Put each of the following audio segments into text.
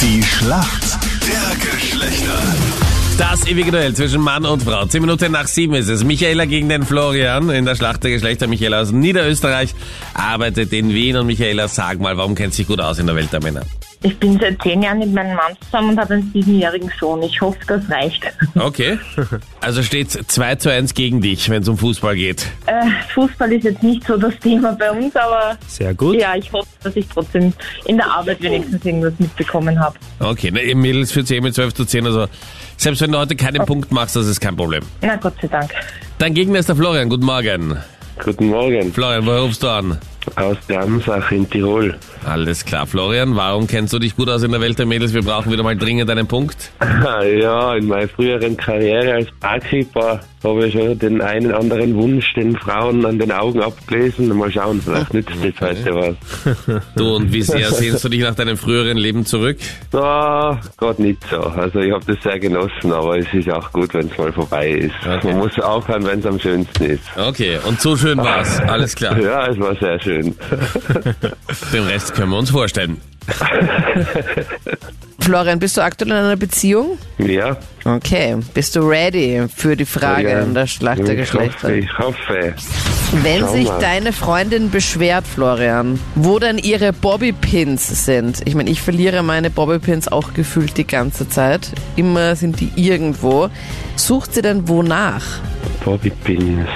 Die Schlacht der Geschlechter. Das ewige Duell zwischen Mann und Frau. Zehn Minuten nach sieben ist es. Michaela gegen den Florian in der Schlacht der Geschlechter. Michaela aus Niederösterreich arbeitet in Wien. Und Michaela, sag mal, warum kennt sich gut aus in der Welt der Männer? Ich bin seit zehn Jahren mit meinem Mann zusammen und habe einen siebenjährigen Sohn. Ich hoffe, das reicht. Okay. Also steht's 2 zu 1 gegen dich, wenn es um Fußball geht. Äh, Fußball ist jetzt nicht so das Thema bei uns, aber Sehr gut. ja, ich hoffe, dass ich trotzdem in der Arbeit wenigstens irgendwas mitbekommen habe. Okay, ne, ihr Mädels führt sich eh mit 12 zu 10. Also selbst wenn du heute keinen Punkt machst, das ist kein Problem. Na Gott sei Dank. Dein Gegner ist der Florian. Guten Morgen. Guten Morgen, Florian, wo rufst du an? aus der Amsach in Tirol. Alles klar, Florian. Warum kennst du dich gut aus in der Welt der Mädels? Wir brauchen wieder mal dringend einen Punkt. Ah, Ja, in meiner früheren Karriere als Barkeeper habe ich schon den einen anderen Wunsch den Frauen an den Augen abgelesen. Mal schauen, vielleicht nützt das heute was. Du und wie sehr sehnst du dich nach deinem früheren Leben zurück? Na, Gott nicht so. Also ich habe das sehr genossen, aber es ist auch gut, wenn es mal vorbei ist. Okay. Man muss aufhören, wenn es am schönsten ist. Okay, und so schön war's. Alles klar. Ja, es war sehr schön. Den Rest können wir uns vorstellen. Florian, bist du aktuell in einer Beziehung? Ja, Okay, bist du ready für die Frage ja. in der Schlacht der ich Geschlechter? hoffe, ich hoffe. Wenn Schau sich mal. deine Freundin beschwert, Florian, wo denn ihre Bobbypins sind. Ich meine, ich verliere meine Bobbypins auch gefühlt die ganze Zeit. Immer sind die irgendwo. Sucht sie denn wonach? Bobby Pins.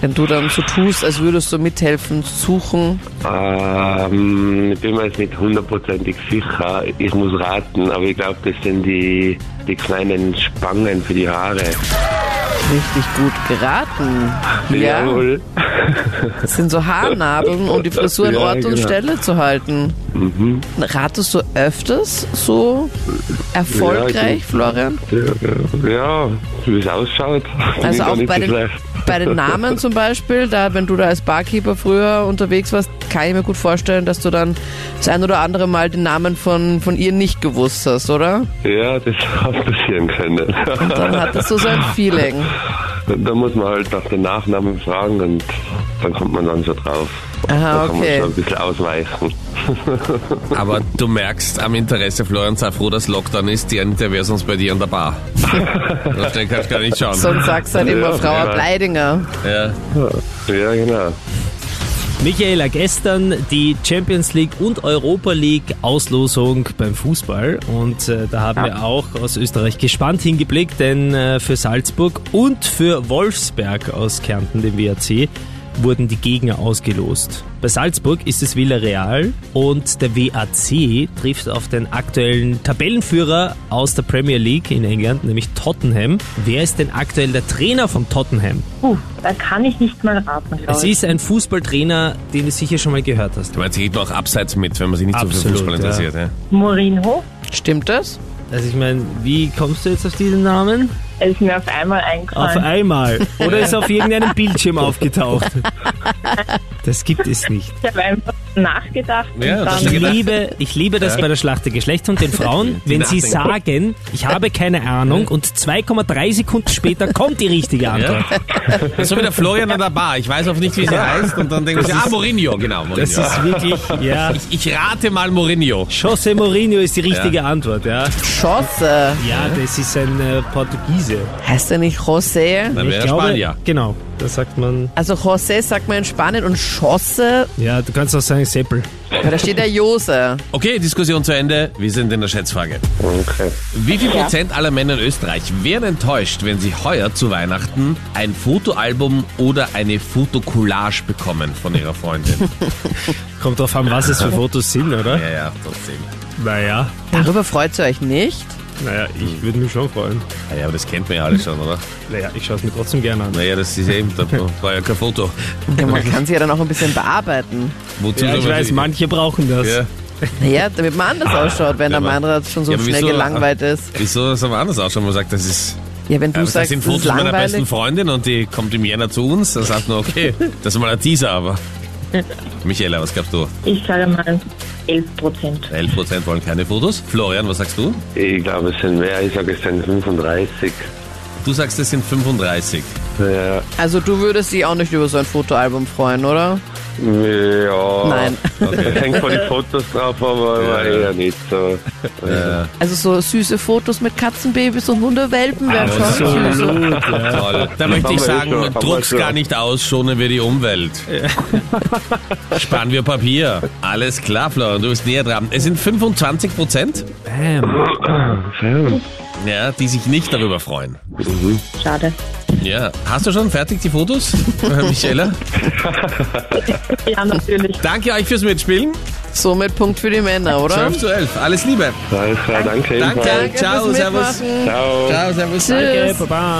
Wenn du dann so tust, als würdest du mithelfen, suchen. Ähm, ich bin mir jetzt nicht hundertprozentig sicher. Ich muss raten, aber ich glaube, das sind die, die kleinen Spangen für die Haare. Richtig gut geraten. Jawohl. Das sind so Haarnabeln, um die Frisur in Ja, Ort und genau. Mhm. Stelle zu halten. Ratest du öfters so Ja, erfolgreich, ich- Florian? Ja, wie es ausschaut. Also Nicht auch nicht bei so den, schlecht. bei den Namen zum Beispiel, da wenn du da als Barkeeper früher unterwegs warst, kann ich mir gut vorstellen, dass du dann das ein oder andere Mal den Namen von, von ihr nicht gewusst hast, oder? Ja, das hat passieren können. Dann hattest du so ein Feeling. da muss man halt nach den Nachnamen fragen und dann kommt man dann so drauf. Aha, da kann man okay. schon ein bisschen ausweichen. Aber du merkst am Interesse, Florian, sei froh, dass Lockdown ist. Die Anita wäre sonst bei dir an der Bar. so schnell kannst du gar nicht schauen. Sonst sagst du halt immer Ja, Frau ja. Bleidinger. Ja. Ja, genau. Michaela, gestern die Champions League und Europa League Auslosung beim Fußball und äh, da haben wir auch aus Österreich gespannt hingeblickt, denn äh, für Salzburg und für Wolfsberg aus Kärnten, dem WRC, wurden die Gegner ausgelost. Bei Salzburg ist es Villarreal und der WAC trifft auf den aktuellen Tabellenführer aus der Premier League in England, nämlich Tottenham. Wer ist denn aktuell der Trainer von Tottenham? Puh, da kann ich nicht mal raten, glaube Es ich. ist ein Fußballtrainer, den du sicher schon mal gehört hast. Du meinst, sie geht noch abseits mit, wenn man sich nicht so für Absolut, Fußball ja. interessiert. Ja. Mourinho? Stimmt das? Also ich meine, wie kommst du jetzt auf diesen Namen? Er ist mir auf einmal Auf eingefallen. einmal. Oder ist auf irgendeinem Bildschirm aufgetaucht. Das gibt es nicht. ich habe einfach nachgedacht Ja, das und dann... Ich ist gedacht. liebe, ich liebe das bei der Schlacht der Geschlechter und den Frauen, wenn sie sagen, ich habe keine Ahnung und 2,3 Sekunden später kommt die richtige Antwort. Das ist So wie der Florian an der Bar. Ich weiß oft nicht, wie sie heißt. Und dann denke ich, ah, Mourinho, genau. Mourinho. Das ist wirklich, ja. ich, ich rate mal Mourinho. José Mourinho ist die richtige Antwort, ja. Chance. Ja, das ist ein äh, Portugiese. Heißt er nicht José? Dann wäre er Spanier. genau, da sagt man, Also José sagt man in Spanien und Chance, ja, du kannst auch sagen Seppel. weil da steht der Jose. Okay, Diskussion zu Ende. Wir sind in der Schätzfrage. Okay. Wie viel Prozent aller Männer in Österreich wären enttäuscht, wenn sie heuer zu Weihnachten ein Fotoalbum oder eine Fotocollage bekommen von ihrer Freundin? Kommt drauf an, was es für Fotos sind, oder? ja, ja, trotzdem. Naja, Darüber freut ihr euch nicht? naja, ich würde mich schon freuen. Naja, aber das kennt man Ah ja alles schon, oder? Naja, ich schaue es mir trotzdem gerne an. Naja, das ist eben, da war ja kein Foto. Ja, man kann sie ja dann auch ein bisschen bearbeiten. Wozu Ja, soll ich man weiß, sich- manche brauchen das. Ja. Naja, damit man anders ausschaut, wenn Ja, der aber- Meinrad schon so Ja, aber schnell wieso- gelangweilt ist. Wieso soll man anders ausschauen? Man sagt, das ist, Ja, wenn du ja, das sagst, sind es ist Fotos meiner besten langweilig. Freundin und die kommt im Jänner zu uns, dann sagt man, okay, das ist mal ein Teaser, aber. Michaela, was glaubst du? Ich sage mal 11 Prozent. 11% wollen keine Fotos. Florian, was sagst du? Ich glaube, es sind mehr. Ich sage, es sind 35. Du sagst, es sind 35. Ja, Also du würdest dich auch nicht über so ein Fotoalbum freuen, oder? Ja. Nein. Das hängt von den Fotos drauf, aber war eher nicht so. Also so süße Fotos mit Katzenbabys und Hundewelpen wären schon Absolut. süß. Toll. Da möchte ich wir sagen, schon, haben wir druck's schon. gar nicht aus, schonen wir die Umwelt. Sparen wir Papier. Alles klar, Florian, du bist näher dran. Es sind 25 Prozent, Bam. ja, die sich nicht darüber freuen. Schade. Ja. Hast du schon fertig die Fotos, Michaela? Ja, natürlich. Danke euch fürs Mitspielen. Somit Punkt für die Männer, oder? 12 zu 11. Alles Liebe. Alles klar, danke. Danke. ebenfalls. Danke Ciao, fürs servus. Mitmachen. Ciao. Ciao, servus. Tschüss. Baba.